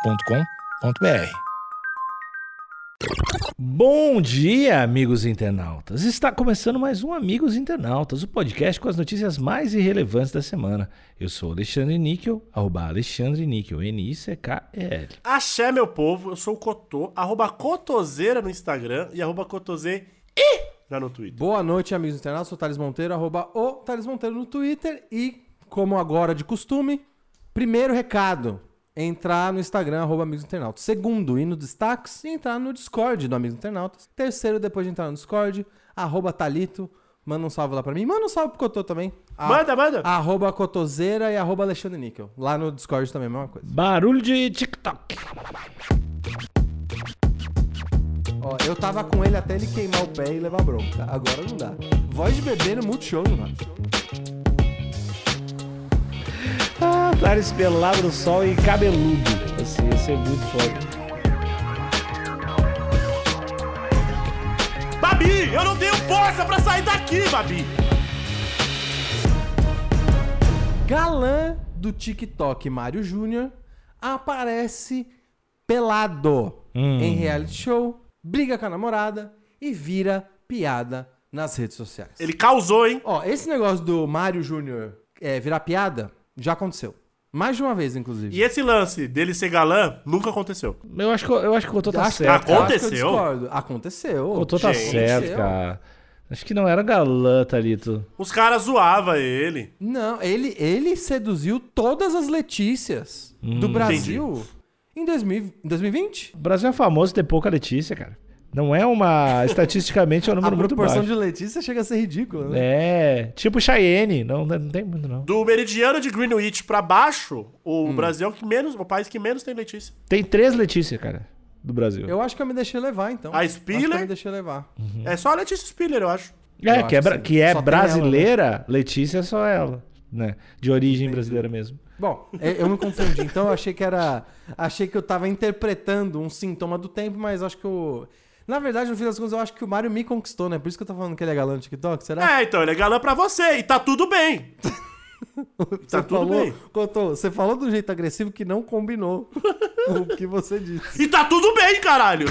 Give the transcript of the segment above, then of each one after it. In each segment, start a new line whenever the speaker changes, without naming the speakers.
agenciadepodcast.com.br.
Bom dia, amigos internautas. Está começando mais um Amigos Internautas, o podcast com as notícias mais irrelevantes da semana. Eu sou Alexandre Níquel, arroba Alexandre Níquel, N-I-C-K-E-L.
Axé, meu povo, eu sou o Cotô, arroba Cotoseira no Instagram e arroba Cotoseira no Twitter.
Boa noite, amigos internautas. Sou o Thales Monteiro, arroba o Thales Monteiro no Twitter. E, como agora de costume, primeiro recado: entrar no Instagram, arroba amigos internautas. Segundo, ir no destaques e entrar no Discord do Amigos Internautas. Terceiro, depois de entrar no Discord, arroba Thalito. Manda um salve lá pra mim. Manda um salve pro Cotô também. A-
Manda, manda.
Arroba Cotoseira e arroba Alexandre Níquel. Lá no Discord também, mesma coisa.
Barulho de TikTok.
Ó, eu tava com ele até ele queimar o pé e levar bronca. Agora não dá. Voz de bebê no Multishow, não dá.
Ah, Clarice pelado no sol e cabeludo. Assim, ia ser muito foda.
Ah. Babi, eu não tenho força pra sair daqui, Babi.
Galã do TikTok Mário Júnior aparece pelado
Hum.
em reality show, briga com a namorada e vira piada nas redes sociais.
Ele causou, hein?
Ó, esse negócio do Mário Júnior é, virar piada já aconteceu. Mais de uma vez, inclusive.
E é, esse lance dele ser galã nunca aconteceu.
Eu acho que eu acho que o Cotô tá
Acho-
certo.
acho que é eu
Aconteceu?
discordo. Aconteceu.
O Cotô tá
Gente.
certo, cara. Acho que não era galã, Thalito.
Os caras zoavam ele.
Não, ele, ele seduziu todas as Letícias
Hum.
do Brasil em 2000 em 2020.
O Brasil é famoso ter pouca Letícia, cara. Não é uma. Estatisticamente é um
A
número muito
proporção
baixo.
de Letícia chega a ser ridícula, né?
É, tipo Cheyenne. Não, não tem muito, não.
Do meridiano de Greenwich pra baixo, o Brasil é o, que menos, o país que menos tem Letícia.
Tem três Letícia, cara, do Brasil.
Eu acho que eu me deixei levar, então.
A
Acho que eu
Spiller?
me deixei levar.
É só a Letícia Spiller, eu acho.
é,
acho
que é,
que
bra-
sim.
que é
Só tem né?
brasileira, Letícia é só ela, né? De origem brasileira mesmo.
Bom, eu- eu me confundi, então eu achei que era. Achei que eu tava interpretando um sintoma do tempo, mas acho que eu. Na verdade, no fim das contas, eu acho que o Mário me conquistou, né? Por isso que eu tô falando que ele é galã no TikTok, será?
É, então, ele é galã pra você e tá tudo bem. tá tudo
falou,
bem.
Cotô, você falou de um jeito agressivo que não combinou com o que você disse.
E tá tudo bem, caralho.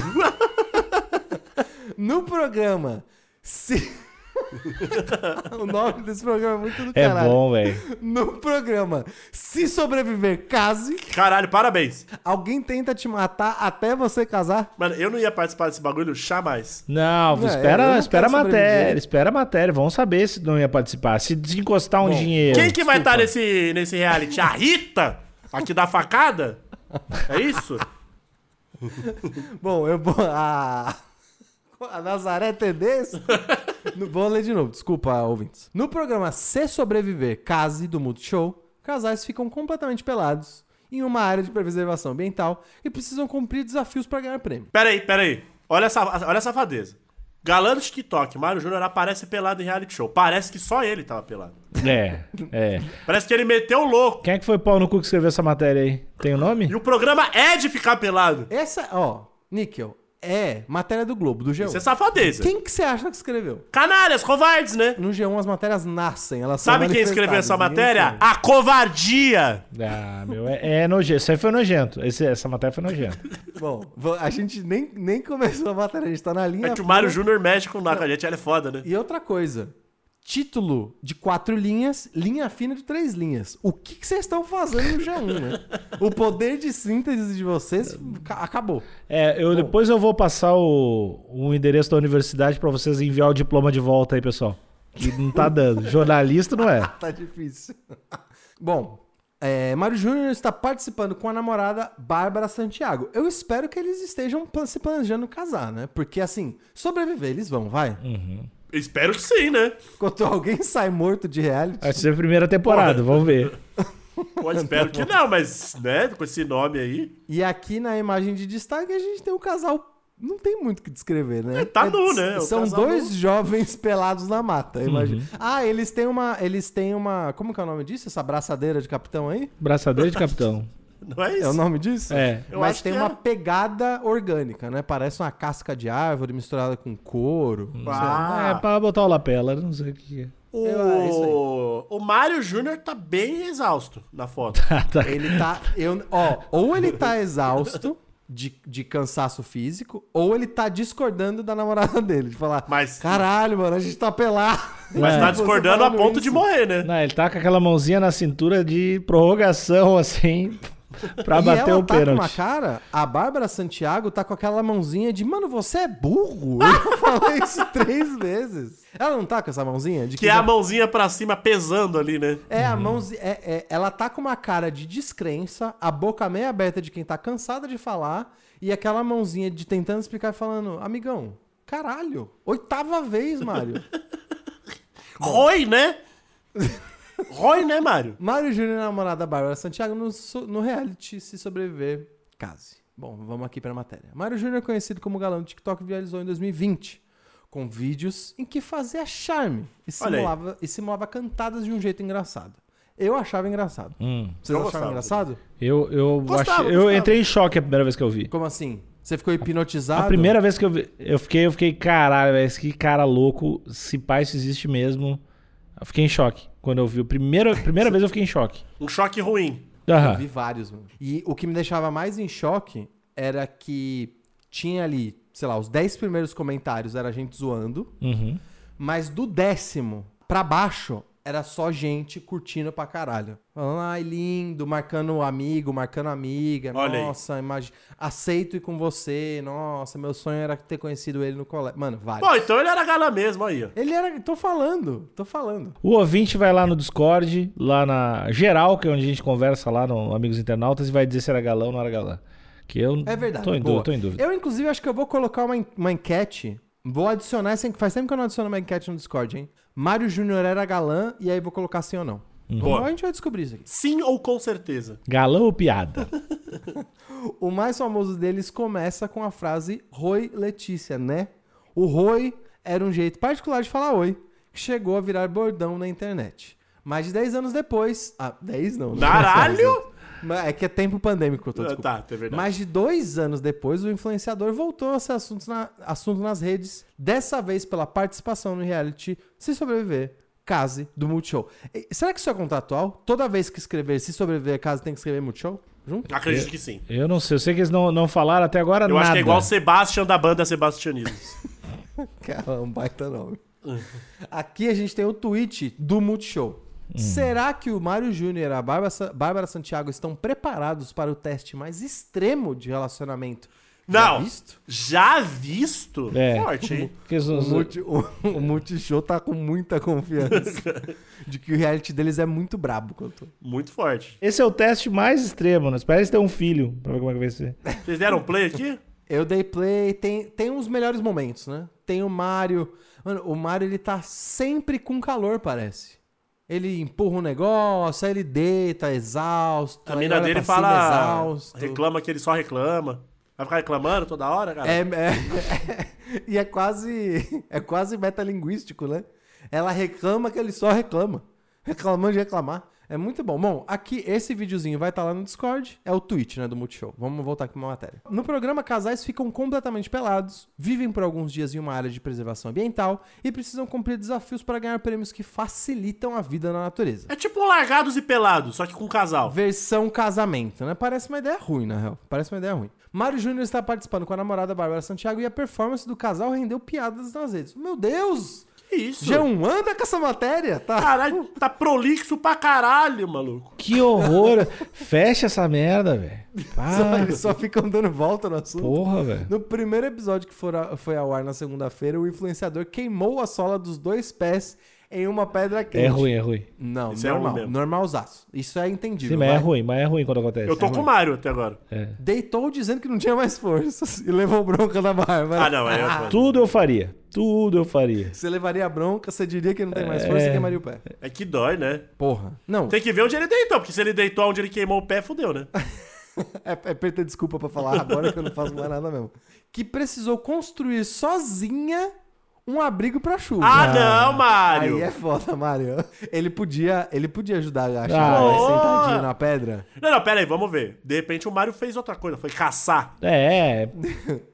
No programa, se. o nome desse programa é muito do
É
caralho.
bom, velho.
No programa, se sobreviver, case.
Caralho, parabéns.
Alguém tenta te matar até você casar?
Mano, eu não ia participar desse bagulho jamais.
Não,
Não, eu
espera,
não
espera a
quero
matéria,
sobreviver.
espera a matéria. Vão saber se não ia participar. Se desencostar um
Bom,
dinheiro.
Quem que vai estar nesse, nesse reality? A Rita? A que dá facada? É isso?
Bom, eu vou. A, a Nazaré Tedesco. No- vou ler de novo, desculpa, ouvintes. No programa Se Sobreviver, Case do Multishow, casais ficam completamente pelados em uma área de preservação ambiental e precisam cumprir desafios para ganhar prêmio.
Peraí, peraí. Olha essa, olha essa safadeza. Galã do TikTok, Mário Júnior aparece pelado em reality show. Parece que só ele tava pelado.
É, é.
Parece que ele meteu o louco.
Quem é que foi pau no cu que escreveu essa matéria aí? Tem o nome?
E o programa é de ficar pelado.
Essa, ó, Níquel, é matéria do Globo, do G1.
Isso é safadeza.
Quem que você acha que escreveu?
Canalhas, covardes, né?
No G1 as matérias nascem, elas são
Sabe quem escreveu essa
manifestadas, ninguém
matéria?
escreve.
A covardia.
Ah, meu, é, é nojento. Isso aí foi nojento. Esse- essa matéria foi nojenta.
Bom, vo- a gente nem, nem começou a matéria, a gente tá na linha.
É que o Mário
fria.
Júnior mexe com a gente, ela é foda, né?
E outra coisa, título de quatro linhas, linha fina de três linhas. O que que vocês estão fazendo no G1, né? o poder de síntese de vocês ca- acabou.
É, eu depois eu vou passar o, o endereço da universidade pra vocês enviar o diploma de volta aí, pessoal. Que não tá dando. Jornalista não é.
Tá difícil. Bom, é, Mário Júnior está participando com a namorada Bárbara Santiago. Eu espero que eles estejam plan- se planejando casar, né? Porque assim, sobreviver eles vão, vai.
Espero que sim, né?
Enquanto alguém sai morto de reality.
Vai ser a primeira temporada, vamos ver.
Pô, espero que não, mas, né, com esse nome aí.
E aqui na imagem de destaque a gente tem um casal. Não tem muito o que descrever, né?
É, tá nu, né? O
São
casal
dois jovens pelados na mata, imagina. Ah, eles têm uma. Eles têm uma. Como que é o nome disso? Essa braçadeira de capitão aí?
Braçadeira de capitão.
Não é
É o
isso?
nome disso?
É.
Eu
Mas
acho
tem
que
uma
é.
pegada orgânica, né? Parece uma casca de árvore misturada com couro.
Ah,
É pra botar o lapela, não sei o que é.
O,
Eu- é isso aí.
o Mário Júnior tá bem exausto na foto.
é.
Ele tá. Eu, ó, ou ele tá exausto de, de cansaço físico, ou ele tá discordando da namorada dele. De falar,
Mas-
caralho, mano, a gente tá pelado.
Mas tá
Você
discordando a
falando
ponto de
isso.
morrer, né?
Não, ele tá com aquela mãozinha na cintura de prorrogação, assim, pra
e
bater
ela
o
tá com uma
pênalti.
cara, a Bárbara Santiago tá com aquela mãozinha de, mano, você é burro. Eu falei isso três vezes. Ela não tá com essa mãozinha? De
Que é a mãozinha pra cima pesando ali, né?
É, a mãozinha. É, é, ela tá com uma cara de descrença, a boca meio aberta de quem tá cansada de falar, e aquela mãozinha de tentando explicar e falando, amigão, caralho, oitava vez, Mário.
Roi, né? Roi, né, Mário?
Mário Júnior e a namorada Bárbara Santiago no, so- no reality Se Sobreviver Case. Bom, vamos aqui para a matéria. Mário Júnior, é conhecido como galã do TikTok, viralizou em 2020 com vídeos em que fazia charme e
Olha aí.
simulava, e simulava cantadas de um jeito engraçado. Eu achava engraçado. Vocês
Eu
acharam
gostava.
engraçado?
Hum, Eu, eu,
Gostava,
achei- eu
gostava.
entrei em choque a primeira vez que eu vi.
Como assim? Você ficou
A
hipnotizado?
primeira vez que eu vi, eu fiquei, eu fiquei, caralho, velho, esse que cara louco, se pai isso existe mesmo. Eu fiquei em choque. Quando eu vi, a primeira, primeira vez eu fiquei em choque.
Um choque ruim.
Eu
Aham.
vi vários, mano. E o que me deixava mais em choque era que tinha ali, sei lá, os 10 primeiros comentários era gente zoando.
Uhum.
Mas do décimo pra baixo era só gente curtindo pra caralho. Falando, ai, lindo, marcando amigo, marcando amiga.
Olha aí.
nossa, imagina. Aceito ir com você. Nossa, meu sonho era ter conhecido ele no colégio. Mano, vários.
Bom, então ele era galã mesmo aí, ó.
Ele era. Tô falando, tô falando.
O ouvinte vai lá no Discord, lá na geral, que é onde a gente conversa lá no Amigos Internautas, e vai dizer se era galão ou não era galã. Que eu
É verdade.
tô em,
boa.
dúvida, tô em dúvida.
Eu, inclusive, acho que eu vou colocar uma, en- uma enquete. Vou adicionar essa. en- Faz tempo que eu não adiciono uma enquete no Discord, hein? Mário Júnior era galã, e aí vou colocar sim ou não.
Uhum.
Boa.
Bom, a gente vai descobrir isso aqui.
Sim ou com certeza?
Galã ou piada?
O mais famoso deles começa com a frase Roi Letícia, né? O Roi era um jeito particular de falar oi, que chegou a virar bordão na internet. Mais de 10 anos depois. Ah, 10 não. né?
Caralho!
Mas É que é tempo pandêmico, eu tô
Ah,
desculpa.
tá, é verdade.
Mais de dois anos depois, o influenciador voltou a ser assunto, na- assunto nas redes, dessa vez pela participação no reality Se Sobreviver, Case, do Multishow. E- será que isso é contratual? Toda vez que escrever Se Sobreviver, Case, tem que escrever Multishow? Junto?
Acredito que sim.
Eu não sei, eu sei que eles não, não falaram até agora
Eu
nada.
acho que é igual o Sebastian da banda Sebastianismo.
Cara, é um baita nome. Aqui a gente tem o tweet do Multishow. Será que o Mário Júnior e a Bárbara Sa- Bárbara Santiago estão preparados para o teste mais extremo de relacionamento? já
Não.
Visto?
Já visto?
É.
Forte, hein?
Que eles não-
O, multi, o- o Multishow tá com muita confiança de que o reality deles é muito brabo. Quanto...
Muito forte.
Esse é o teste mais extremo, né? Parece ter um filho, pra ver como é que vai ser.
Vocês deram play aqui?
Eu dei play, tem, tem uns melhores momentos, né? Tem o Mario. Mano, o Mario ele tá sempre com calor, parece. Ele empurra um negócio, aí ele deita, exausto.
A
aí
mina
olha
dele
pra cima,
fala.
Exausto.
Reclama que ele só reclama. Vai ficar reclamando toda hora, cara?
É, é- e é quase, é quase metalinguístico, né? Ela reclama que ele só reclama. Reclamando de reclamar. É muito bom. Bom, aqui esse videozinho vai estar lá no Discord. É o tweet, né, do Multishow. Vamos voltar aqui pra matéria. No programa, casais ficam completamente pelados, vivem por alguns dias em uma área de preservação ambiental e precisam cumprir desafios para ganhar prêmios que facilitam a vida na natureza.
É tipo um largados e pelados, só que com um casal.
Versão casamento, né? Parece uma ideia ruim, na real. Parece uma ideia ruim. Mário Júnior está participando com a namorada Bárbara Santiago e a performance do casal rendeu piadas nas redes. Meu Deus!
Que isso?
Já um anda com essa matéria? Tá.
Caralho, tá prolixo pra caralho, maluco.
Que horror! Fecha essa merda, velho.
Só-
Ah,
Eles só ficam dando volta no assunto.
porra, velho.
No primeiro episódio que fora- foi ao ar na segunda-feira, o influenciador queimou a sola dos dois pés em uma pedra quente.
É ruim, é ruim.
Não,
Isso é ruim
normal.
mesmo.
normalzaço. Isso é entendível.
Sim, mas é
vai.
ruim, mas é ruim É. quando acontece.
Eu tô com o Mário até agora.
Deitou dizendo que não tinha mais forças e levou bronca da Bárbara.
Ah, não, é outro.
Tudo eu faria. Tudo eu faria.
Você levaria a bronca, você diria que não tem mais força e queimaria o pé.
É que dói, né?
Porra. Não,
Tem que ver onde ele deitou, porque se ele deitou onde ele queimou o pé, fudeu, né?
é, é pra ter desculpa pra falar agora que eu não faço mais nada mesmo. Que precisou construir sozinha um abrigo pra chuva.
Ah, não,
Aí
Mário!
é foda, Mário. Ele podia, ele podia ajudar a
Ah,
achar
é.
sentadinho na pedra.
Não, não, pera aí, vamos ver. De repente o Mário fez outra coisa, foi caçar.
É, é.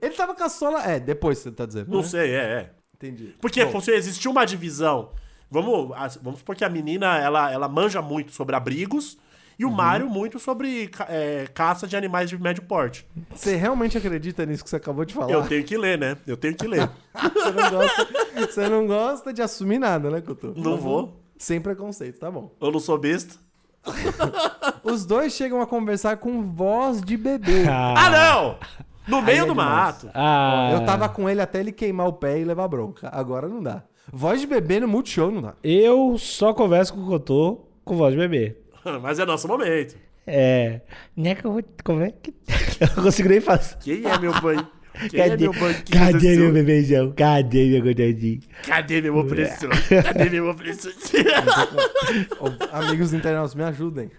Ele tava com a sola. É, depois você tá dizendo.
Não
né?
sei, é, é.
Entendi.
Porque se existia uma divisão Vamos, as- vamos supor que a menina ela, ela manja muito sobre abrigos e
Uhum.
o Mário muito sobre ca- é, caça de animais de médio porte.
Você realmente acredita nisso que você acabou de falar?
Eu tenho que ler, né? Eu tenho que ler.
Você não gosta, você não gosta de assumir nada, né, Couto?
Não vou.
Sem preconceito, tá bom.
Eu não sou besta.
Os dois chegam a conversar com voz de bebê.
Ah, não! No meio
é
do
demais.
mato.
Ah,
Eu tava com ele até ele queimar o pé e levar bronca. Agora não dá. Voz de bebê no Multishow não dá.
eu só converso com o Cotô com voz de bebê.
Mas é nosso momento.
É. Né que eu vou. Como é que. Eu não consigo nem fazer.
Quem é meu banho? Quem é
Cadê,
meu banquinho?
cadê meu
do seu-
bebezão? Cadê meu gordadinho?
Cadê meu opressor? Cadê meu opressor?
Ô, amigos internautas, me ajudem.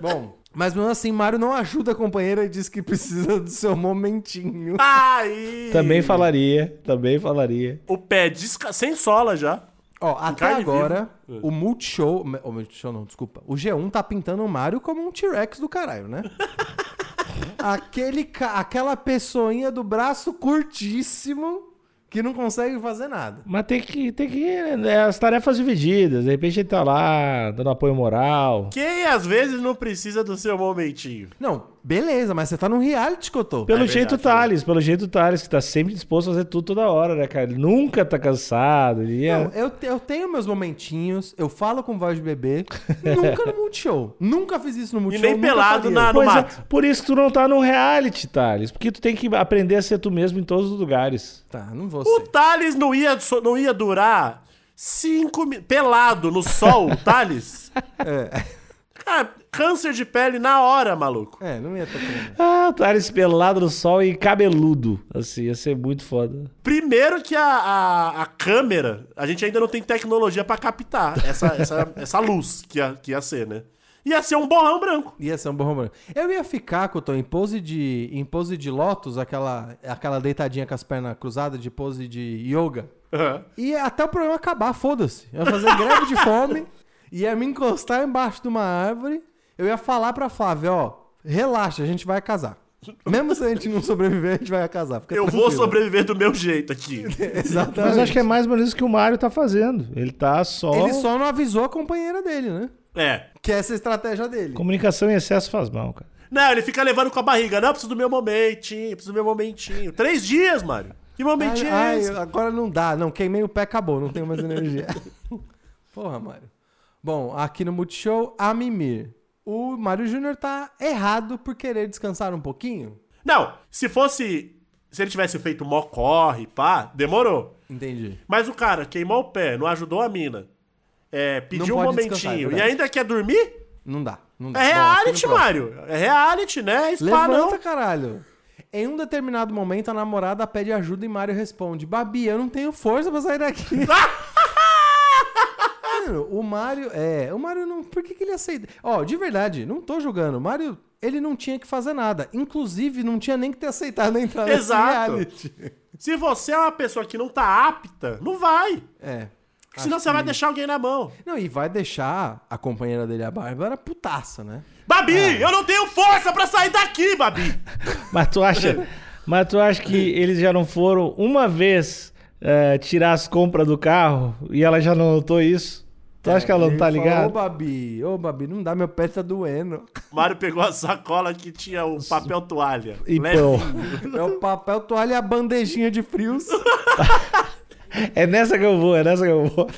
Bom, mas mesmo assim, Mário não ajuda a companheira e diz que precisa do seu momentinho.
Aí!
Também falaria, também falaria.
O pé desca... sem sola já.
Ó, até
carne
agora, o Multishow. O Multishow não, desculpa. O G1 tá pintando o Mario como um T-Rex do caralho, né? Aquele, ca- aquela pessoinha do braço curtíssimo que não consegue fazer nada.
Mas tem que, tem que né, as tarefas divididas. De repente ele tá lá, dando apoio moral.
Quem às vezes não precisa do seu momentinho?
Não, beleza, mas você tá num reality que eu tô.
Pelo
É
jeito o
verdade, né?
Thales, pelo jeito o Thales, que tá sempre disposto a fazer tudo toda hora, né, cara? Ele nunca tá cansado. Ele é...
Não, eu, te- eu tenho meus momentinhos, eu falo com voz de bebê, nunca no Multishow. Nunca fiz isso
E
no Multishow.
nem
nunca
pelado
faria.
na- tá no
Pois é,
mato.
por isso que tu não tá num reality, Thales. Porque tu tem que aprender a ser tu mesmo em todos os lugares.
Tá, não vou
O
ser.
Thales não ia, so- não ia durar cinco mi... pelado no sol, o Thales. Cara, câncer de pele na hora, maluco.
É, não ia ter como.
Ah, o Thales pelado no sol e cabeludo. Assim, ia ser muito foda.
Primeiro que a, a, a câmera, a gente ainda não tem tecnologia pra captar essa, essa, essa luz que ia, que ia ser, né? Ia ser um borrão branco.
Ia ser um bom romano. Eu ia ficar, Couto, em pose de, em pose de lotus, aquela, aquela deitadinha com as pernas cruzadas, de pose de yoga. E até o programa acabar, foda-se. Eu ia fazer greve de fome, ia me encostar embaixo de uma árvore, eu ia falar pra Flávia, ó, relaxa, a gente vai casar. Mesmo se a gente não sobreviver, a gente vai casar. fica
Eu vou
tranquila."
sobreviver do meu jeito aqui.
Exatamente.
Mas acho que é mais ou menos isso que o Mário tá fazendo. Ele tá só.
Ele só não avisou a companheira dele, né?
É.
Que essa é a estratégia dele.
Comunicação em excesso faz mal, cara.
Não, ele fica levando com a barriga. Não, preciso do meu momentinho, preciso do meu momentinho. Três dias, Mário. Que
Ai,
momentinho é
ai,
esse?
agora não dá. Não, queimei o pé, acabou. Não tenho mais energia. Porra, Mário. Bom, aqui no Multishow, a mimir. O Mário Júnior tá errado por querer descansar um pouquinho.
Não, se fosse. Se ele tivesse feito mó corre, pá, demorou.
Entendi.
Mas o cara queimou o pé, não ajudou a mina. É, pediu um
pode descansar, é
momentinho e
verdade.
ainda quer dormir?
Não dá. Não dá.
É
Bom,
reality,
aqui no próximo.
Mário. É reality, né? É spa,
Levanta,
não.
caralho. Em um determinado momento, a namorada pede ajuda e Mário responde: Babi, eu não tenho força pra sair daqui. Mano, o Mário. É, o Mário não. Por que, que ele aceita? Ó, de verdade, não tô julgando. O Mário, ele não tinha que fazer nada. Inclusive, não tinha nem que ter aceitado a entrada nesse
Exato.
é reality.
Se você é uma pessoa que não tá apta, não vai.
É.
Senão você vai deixar alguém na mão.
Não, e vai deixar a companheira dele, a Bárbara, putaça, né?
Babi, eu não tenho força pra sair daqui, Babi.
Mas tu acha, mas tu acha que eles já não foram uma vez eh, tirar as compras do carro e ela já não notou isso? Tu acha que ela não
Ele
tá
falou, Ô,
ligada?
Babi, ô, Babi, não dá, meu pé tá doendo.
Mário pegou a sacola que tinha o papel toalha.
Então,
É o papel, toalha e a bandejinha de frios.
é nessa que eu vou, é nessa que eu vou.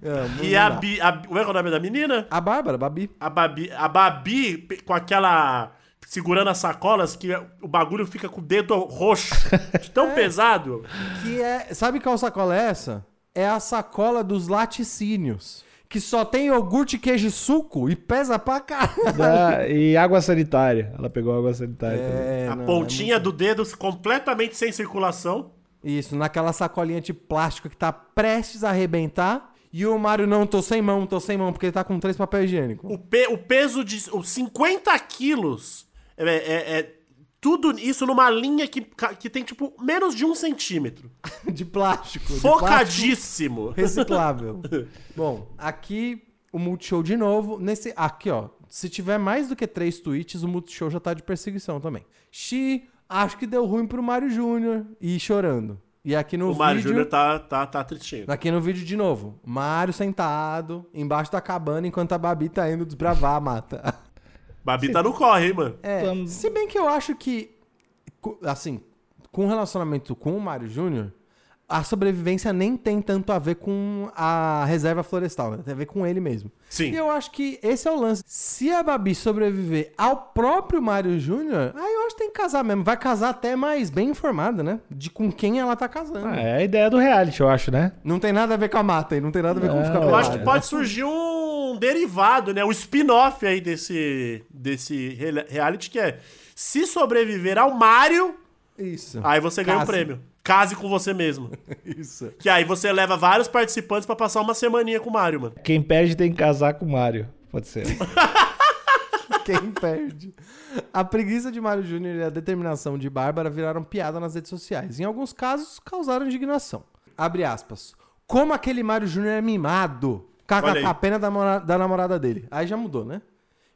É,
E
não
a,
dá.
Bi, a- como é que é o nome da menina?
A Bárbara, Babi.
A Babi, a Babi pe- com aquela. segurando as sacolas que o bagulho fica com o dedo roxo. de tão pesado.
Que é. Sabe qual sacola é essa? É a sacola dos laticínios. Que só tem iogurte, queijo e suco e pesa pra caralho.
Da- e água sanitária. Ela pegou água sanitária também.
É,
a
não, é
pontinha do dedo completamente sem circulação.
muito- Isso, naquela sacolinha de plástico que tá prestes a arrebentar. E o Mário, não, tô sem mão, tô sem mão, porque ele tá com três papel higiênico.
O, pe- o peso de o 50 quilos é, é- é tudo isso numa linha que, ca- que tem, tipo, menos de um centímetro.
De plástico. de plástico
Focadíssimo.
Reciclável. Bom, aqui o Multishow de novo. Nesse, aqui, ó. Se tiver mais do que três tweets, o Multishow já tá de um perseguição também. Xi, acho que deu ruim pro Mário Júnior. E chorando. E aqui no
O Mário
vídeo.
Júnior tá, tá, tá tristinho.
Aqui no vídeo de novo. Mário sentado, embaixo da cabana, enquanto a Babi tá indo desbravar a mata.
Babi tá no corre, hein, mano.
É,
Tam-
se bem que eu acho que, co- assim, com o relacionamento com o Mário Júnior, a sobrevivência nem tem tanto a ver com a reserva florestal, né? tem a ver com ele mesmo.
Sim.
E eu acho que esse é o lance. Se a Babi sobreviver ao próprio Mário Júnior, aí eu acho que tem que casar mesmo. Vai casar até mais bem informada, né? De com quem ela tá casando.
Ah, é a ideia do reality, eu acho, né?
Não tem nada a ver com a mata e não tem nada a ver com
Não,
ficar
eu
Eu
pelado.
acho que pode surgir um derivado, né? Um spin-off aí desse, desse rela- reality que é se sobreviver ao Mario,
Isso.
aí você ganha um
Case.
prêmio. Case com você mesmo.
Isso.
Que aí você leva vários participantes pra passar uma semaninha com o Mario, mano.
Quem perde tem que casar com o Mário. Pode ser.
Quem perde? A preguiça de Mário Júnior e a determinação de Bárbara viraram piada nas redes sociais. Em alguns casos, causaram indignação. Abre aspas. Como aquele Mário Júnior é mimado.
Olha aí.
KKK, a pena da, mora- da namorada dele. Aí já mudou, né?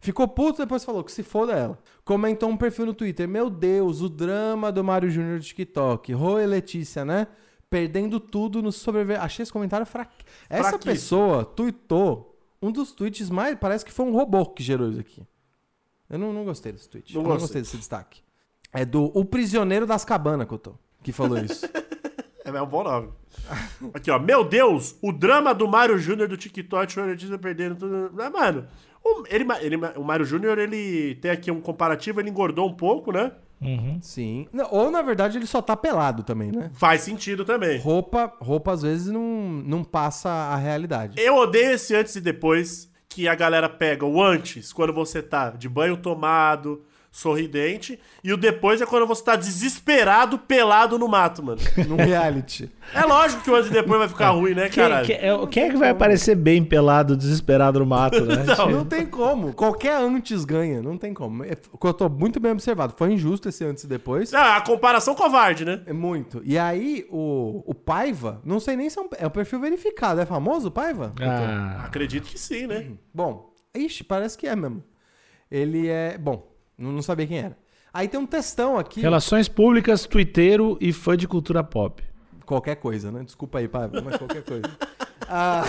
Ficou puto, depois falou que se foda ela. Comentou um perfil no Twitter. Meu Deus, o drama do Mário Júnior de TikTok. Roe Letícia, né? Perdendo tudo no sobreviver. Achei esse comentário fraco. Essa
Fraquíssimo.
pessoa tuitou um dos tweets mais... Parece que foi um robô que gerou isso aqui. Eu não, não gostei desse tweet.
Não
Eu não
gostei.
gostei desse destaque. É do O Prisioneiro das Cabanas, Couto, que falou isso.
É é um bom nome. Aqui, ó. Meu Deus, o drama do Mário Júnior do TikTok, o Ortiz perdendo tudo. Ah, mano, o, ele, ele- o Mário Júnior, ele tem aqui um comparativo, ele engordou um pouco, né?
Sim. Não, Ou, na verdade, ele só tá pelado também, né?
Faz sentido também.
Roupa, roupa às vezes, não, não passa a realidade.
Eu odeio esse antes e depois, que a galera pega o antes, quando você tá de banho tomado, sorridente, e o depois é quando você tá desesperado, pelado no mato, mano.
Num reality.
É lógico que o antes e depois vai ficar ruim, né,
Quem,
caralho?
quem- é- quem é que vai aparecer bem pelado, desesperado no mato, né?
Não tem como. Qualquer antes ganha. Não tem como. É, Couto, muito bem observado. Foi injusto esse antes e depois.
Ah, a comparação covarde, né?
É muito. E aí, o, o Paiva, não sei nem se é um, é um perfil verificado. É famoso o Paiva? Couto?
Ah,
Acredito que sim, né?
Bom, ixi, parece que é mesmo. Ele é. Bom, não não sabia quem era. Aí tem um textão aqui.
relações públicas, tuiteiro e fã de cultura pop.
Qualquer coisa, né? Desculpa aí, Pablo, mas qualquer coisa. Ah,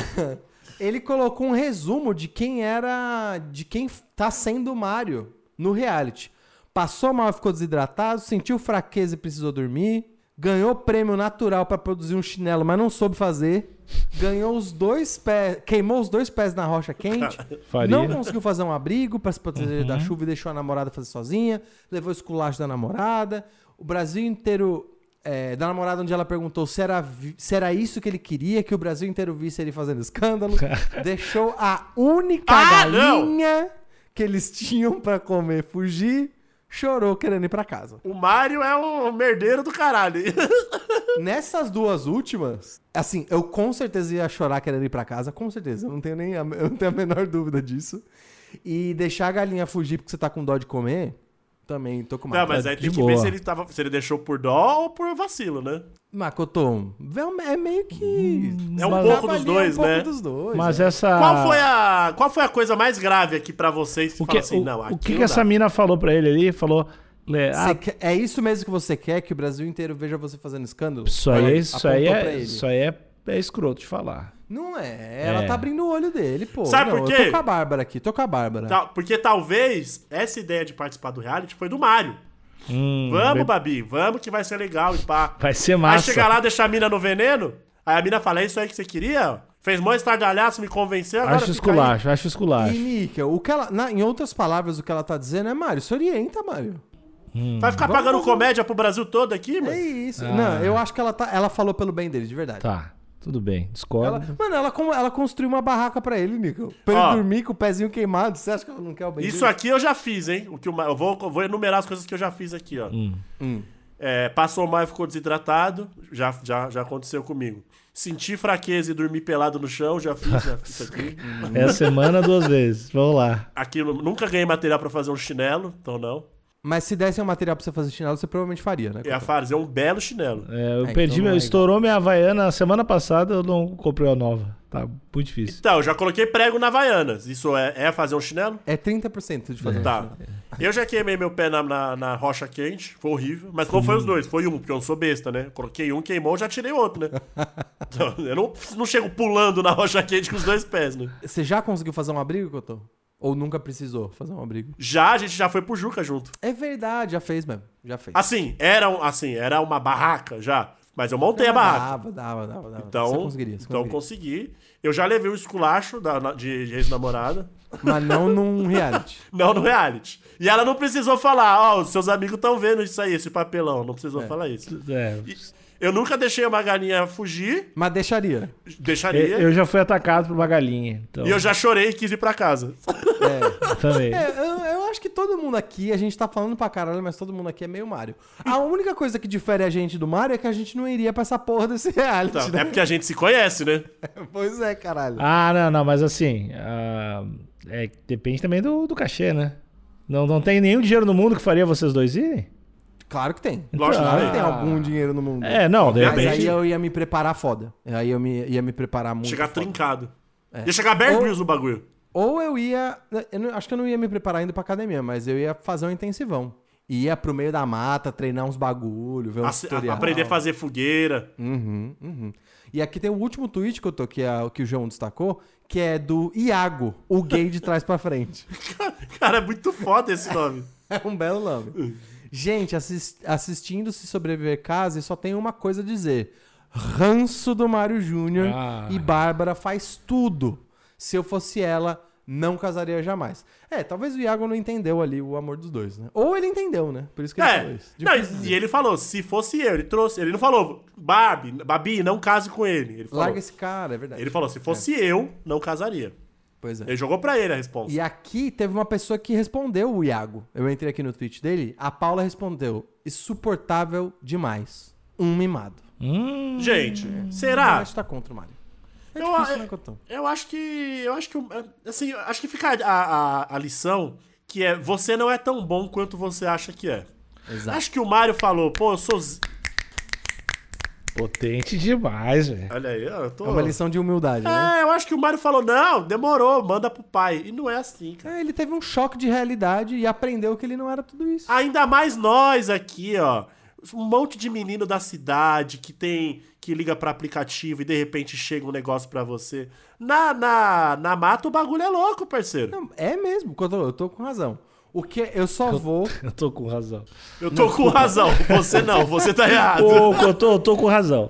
ele colocou um resumo de quem era. de quem tá sendo o Mario no reality. Passou mal, ficou desidratado, sentiu fraqueza e precisou dormir. Ganhou prêmio natural pra produzir um chinelo, mas não soube fazer. Ganhou os dois pés. Queimou os dois pés na rocha quente.
Faria.
Não conseguiu fazer um abrigo pra se proteger
Uhum.
da chuva e deixou a namorada fazer sozinha. Levou esculacho da namorada. O Brasil inteiro. é, da namorada, onde ela perguntou se era, vi- se era isso que ele queria, que o Brasil inteiro visse ele fazendo escândalo. deixou a única
Ah, não!
galinha que eles tinham pra comer fugir. Chorou querendo ir pra casa.
O Mário é um merdeiro do caralho.
Nessas duas últimas, assim, eu com certeza ia chorar querendo ir pra casa, com certeza. Eu não tenho nem a, eu não tenho a menor dúvida disso. E deixar a galinha fugir porque você tá com dó de comer, também tô com
Não, mas é- aí
de
tem que
boa.
ver se ele, tava, se ele deixou por dó ou por vacilo, né?
Makoto, é meio que.
É um
Mas-
pouco dos
ali,
dois,
é um
né?
pouco dos dois.
Mas
é.
essa.
Qual, foi a, qual foi a coisa mais grave aqui pra vocês?
O
fala
que,
assim,
o,
não,
o
aqui
que,
não
que
dá.
essa mina falou pra ele ali? Falou. le-
Você
Ah,
quer- é isso mesmo que você quer, que o Brasil inteiro veja você fazendo escândalo?
isso aí,
Ela
é- isso aí,
apontou pra
é,
ele.
isso aí é, é escroto de falar.
Não é, ela
É.
tá abrindo o olho dele, pô.
Sabe por
Não, Eu
quê? Tá,
tô com a Bárbara aqui, tô com a Bárbara.
É. Tal- porque talvez essa ideia de participar do reality foi do Mário. vamos,
bem-
Babi, vamos que vai ser legal e pá.
Hum, Vai ser
Aí
massa.
chegar lá, deixar a mina no veneno, aí a mina fala, é isso aí que você queria? Fez mó estardalhaço, me convenceu, agora
acho
fica aí.
esculacho, acho
E,
esculacho.
Níquel, o que ela, na- em outras palavras, o que ela tá dizendo é, Mário, se orienta, Mário.
Vai ficar
Hum,
pagando
Vamos fazer um-
comédia pro Brasil todo aqui,
É
mano?
isso.
Ah.
Não, eu acho que ela, tá, ela falou pelo bem dele, de verdade.
Tá, tudo bem,
Ela,
discordo.
mano, ela, con- ela construiu uma barraca pra ele, Nico. Pra ele
Ó.
dormir com o pezinho queimado. Você acha que ela não quer o bem
Isso
dele?
aqui eu já fiz, hein? O que o Ma- eu vou, eu vou enumerar as coisas que eu já fiz aqui, ó.
Hum.
Hum.
É, passou mal e ficou desidratado, já, já, já aconteceu comigo. Senti fraqueza e dormi pelado no chão, já fiz, já fiz isso aqui.
Hum.
É a semana duas vezes, vamos lá.
Aqui eu nunca ganhei material pra fazer um chinelo, então não.
Mas se dessem um material pra você fazer chinelo, você provavelmente faria, né?
Ia fazer um belo chinelo.
É, eu
Ah,
perdi,
então não
meu,
é
estourou minha Havaiana semana passada, eu não comprei a nova. Tá muito difícil.
Então, eu já coloquei prego na Havaianas. Isso é, é fazer um chinelo?
É 30% de fazer um
Tá.
chinelo.
Eu já queimei meu pé na, na, na rocha quente, foi horrível. Mas não foi os dois, foi um, porque eu não sou besta, né? Coloquei um, queimou, já tirei outro, né? Então, eu não, não chego pulando na rocha quente com os dois pés, né?
Você já conseguiu fazer um abrigo, Cotô? Ou nunca precisou fazer um abrigo?
Já, a gente já foi pro Juca junto.
É verdade, já fez mesmo. Já fez.
Assim, era, um, assim, era uma barraca já, mas eu montei a barraca.
Ah, Dava, dava, dava, dava.
Então,
você conseguiria, você
então
conseguiria.
consegui. Eu já levei o esculacho da, na- de, de ex-namorada.
Mas não num reality.
Não no reality. E ela não precisou falar, ó, os seus amigos estão vendo isso aí, esse papelão. Não precisou falar isso.
É,
E eu nunca deixei uma galinha fugir,
Mas deixaria.
deixaria.
eu eu já fui atacado por uma galinha. Então,
E eu já chorei e quis ir pra casa.
também.
É, eu, eu acho que todo mundo aqui, a gente tá falando pra caralho, mas todo mundo aqui é meio Mario. A única coisa que difere a gente do Mario é que a gente não iria pra essa porra desse reality,
Então,
né?
é porque a gente se conhece, né?
Pois é, caralho.
Ah, não, não, mas assim. ah, é, depende também do, do cachê, né? Não, não tem nenhum dinheiro no mundo que faria vocês dois irem?
Claro que tem.
Lógico
Claro
que
que tem
tem.
algum dinheiro no mundo.
É, não, de
Mas
Obviamente.
repente.
aí eu ia me preparar foda. Aí eu me- ia me preparar muito.
Chegar
foda. É.
trincado. Ia chegar Bear
Ou-
Grylls no bagulho.
Ou eu ia. eu não- acho que eu não ia me preparar indo pra academia, mas eu ia fazer um intensivão. Ia pro meio da mata, treinar uns bagulho, ver uns
Ace- a-
é um tutorial.
aprender a fazer fogueira.
Uhum, uhum. E aqui tem o último tweet que eu tô, que, é, que o João destacou, que é do Iago, o gay de trás pra frente.
Cara, é muito foda esse nome.
É um belo nome. Gente, assis- assistindo Se Sobreviver Case, só tem uma coisa a dizer. Ranço do Mário Júnior
Ah.
e Bárbara faz tudo. Se eu fosse ela, não casaria jamais. É, talvez o Iago não entendeu ali o amor dos dois, né? Ou ele entendeu, né? Por isso que ele
É.
falou isso.
Não,
Difícil
e-
dizer.
e, ele falou, se fosse eu, ele trouxe. Ele não falou, Barbie, Babi, não case com ele. Ele falou,
Larga esse É. cara, é verdade.
ele falou se fosse eu, não casaria.
Pois é.
Ele jogou pra ele a resposta.
E aqui teve uma pessoa que respondeu o Iago. Eu entrei aqui no tweet dele. A Paula respondeu: insuportável demais. Um mimado.
Hum,
Gente,
Ah.
será?
Acho que tá contra o Mário. É
Eu-
difícil,
eu-
né, Cotão?
Eu acho que. Eu acho que. é, Assim, eu acho que fica a, a, a lição que é você não é tão bom quanto você acha que é.
Exato.
Acho que o Mário falou, pô, eu sou. z-
potente demais, velho.
Olha aí, eu tô.
É uma lição de humildade, né?
É, eu acho que o Mário falou, não, demorou, manda pro pai. E não é assim, cara.
É, ele teve um choque de realidade e aprendeu que ele não era tudo isso.
Ainda mais nós aqui, ó. Um monte de menino da cidade que tem. que liga pra aplicativo e de repente chega um negócio pra você. Na, na, na mata o bagulho é louco, parceiro.
Não, é mesmo, Cotão, eu tô com razão. O que eu só vou.
Eu tô com razão.
Eu tô com razão. Você não, você tá errado.
Ô, eu tô, eu tô com razão.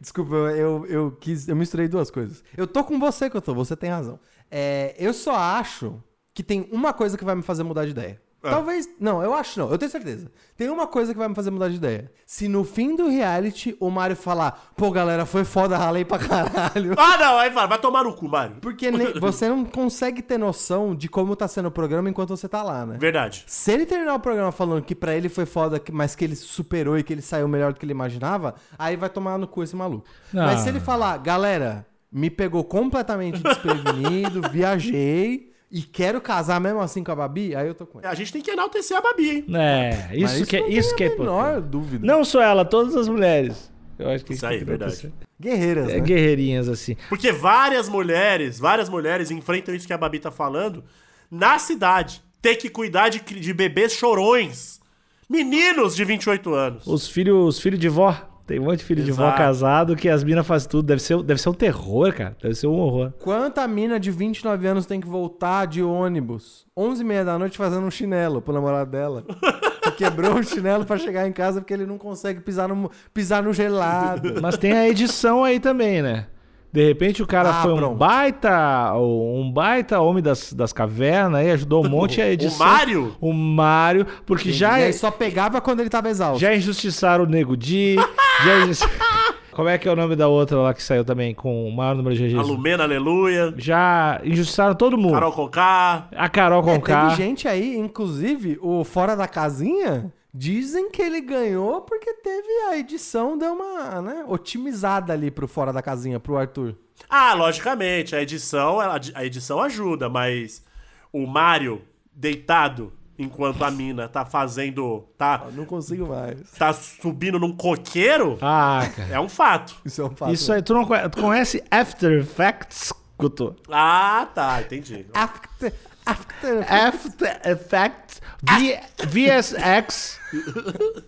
Desculpa, eu, eu quis. Eu misturei duas coisas. Eu tô com você, Cotô, você tem razão. É, eu só acho que tem uma coisa que vai me fazer mudar de ideia. Talvez. Não, eu acho não, eu tenho certeza. Tem uma coisa que vai me fazer mudar de ideia. Se no fim do reality o Mário falar, pô, galera, foi foda, ralei pra caralho.
Ah, não, aí fala, vai tomar no cu, Mário.
Porque nem- você não consegue ter noção de como tá sendo o programa enquanto você tá lá, né?
Verdade.
Se ele terminar o programa falando que pra ele foi foda, que- mas que ele superou e que ele saiu melhor do que ele imaginava, aí vai tomar no cu esse maluco.
Ah.
Mas se ele falar, galera, me pegou completamente desprevenido, viajei e quero casar mesmo assim com a Babi, aí eu tô com ele.
A gente tem que enaltecer a Babi, hein?
É,
Mas
isso, que,
não
é- isso
tem
que é
a menor
importante.
dúvida.
Não só ela, todas as mulheres. Eu acho que
Isso
tem
aí,
que
verdade.
acontecer.
Guerreiras,
É,
né?
guerreirinhas assim.
Porque várias mulheres, várias mulheres enfrentam isso que a Babi tá falando na cidade. Ter que cuidar de, cri- de bebês chorões. Meninos de 28 anos.
Os filhos os filhos de vó. Tem um monte de filho de vó
Exato.
casado que as minas fazem tudo. Deve ser, deve ser um terror, cara. Deve ser um horror.
Quanta mina de 29 anos tem que voltar de ônibus? 11 e meia da noite fazendo um chinelo pro namorado dela. Que quebrou o chinelo pra chegar em casa porque ele não consegue pisar no, pisar no gelado.
Mas tem a edição aí também, né? De repente o cara
Ah,
foi um
pronto.
baita, um baita homem das, das cavernas e ajudou um monte a edição.
O Mário?
O Mário, porque já, é
e aí só pegava quando ele tava exausto. É,
já é injustiçaram o Nego Di. já injusti- Como é que é o nome da outra lá que saiu também com o maior número de
A
registros?
Lumena, aleluia.
Já injustiçaram todo mundo.
Carol Conká.
A Carol
É,
Conká.
teve gente aí, inclusive, o Fora da Casinha, dizem que ele ganhou porque teve a edição, deu uma né, otimizada ali pro Fora da Casinha, pro Arthur.
Ah, logicamente, a edição, ela- a edição ajuda, mas o Mário deitado enquanto a mina tá fazendo. tá,
Não consigo mais.
tá subindo num coqueiro
Ah, cara.
é um fato.
Isso é um fato.
Isso aí, tu não conhe- tu conhece After Effects, Couto?
Ah, tá, entendi.
After, After
After Effects V- VSX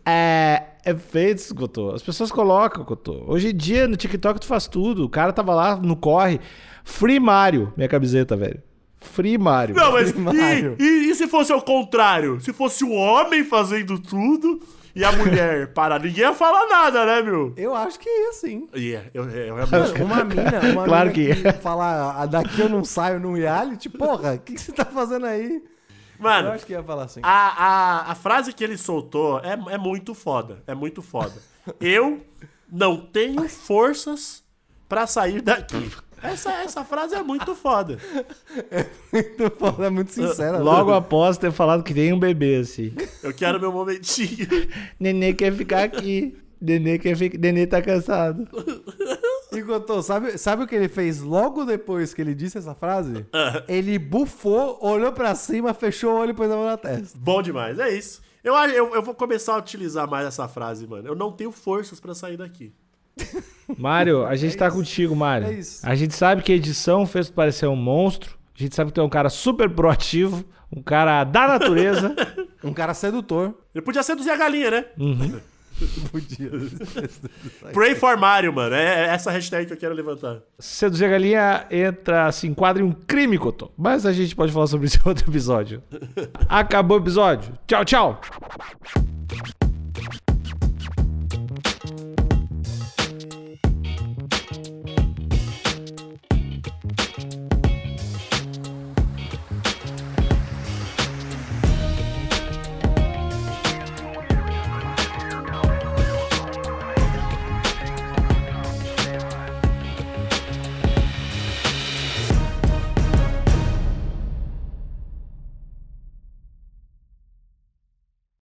é, efeitos, Cotô. As pessoas colocam, Cotô. Hoje em dia no TikTok tu faz tudo. O cara tava lá no corre. Free Mario, minha camiseta, velho. Free Mario.
Não, mas
Primário.
e, e- e se fosse ao contrário? Se fosse o homem fazendo tudo e a mulher parada? Ninguém ia falar nada, né, meu?
Eu acho que ia sim.
E é, eu, eu,
Mano,
realmente-
uma mina, uma
Claro
mina
que é.
que fala, "Ah, daqui eu não saio num reality, porra, o que, que você tá fazendo aí? Eu
Mano,
acho que ia falar
Ah,
assim.
a, a, a frase que ele soltou é, é muito foda. É muito foda. eu não tenho forças pra sair daqui. Essa, essa frase é muito foda.
Muito foda, é muito sincera.
Logo após ter falado que tem um bebê, assim.
Eu quero meu momentinho.
Nenê quer ficar aqui. Nenê quer ficar. Nenê tá cansado.
E Gotô, sabe, sabe o que ele fez logo depois que ele disse essa frase? Ele bufou, olhou pra cima, fechou o olho e pôs a mão na testa.
Bom demais, é isso. Eu, acho- eu, eu vou começar a utilizar mais essa frase, mano. Eu não tenho forças pra sair daqui.
Mário, a gente tá contigo, Mário.
É isso.
A gente sabe que a edição fez tu parecer um monstro. A gente sabe que tu é um cara super proativo, um cara da natureza.
Um cara sedutor.
Ele podia seduzir a galinha, né?
Podia.
Pray for Mario, mano. É é essa hashtag que eu quero levantar.
Seduzir a galinha entra, se enquadra em um crime, Cotô. Mas a gente pode falar sobre isso em outro episódio. Acabou o episódio. Tchau, tchau.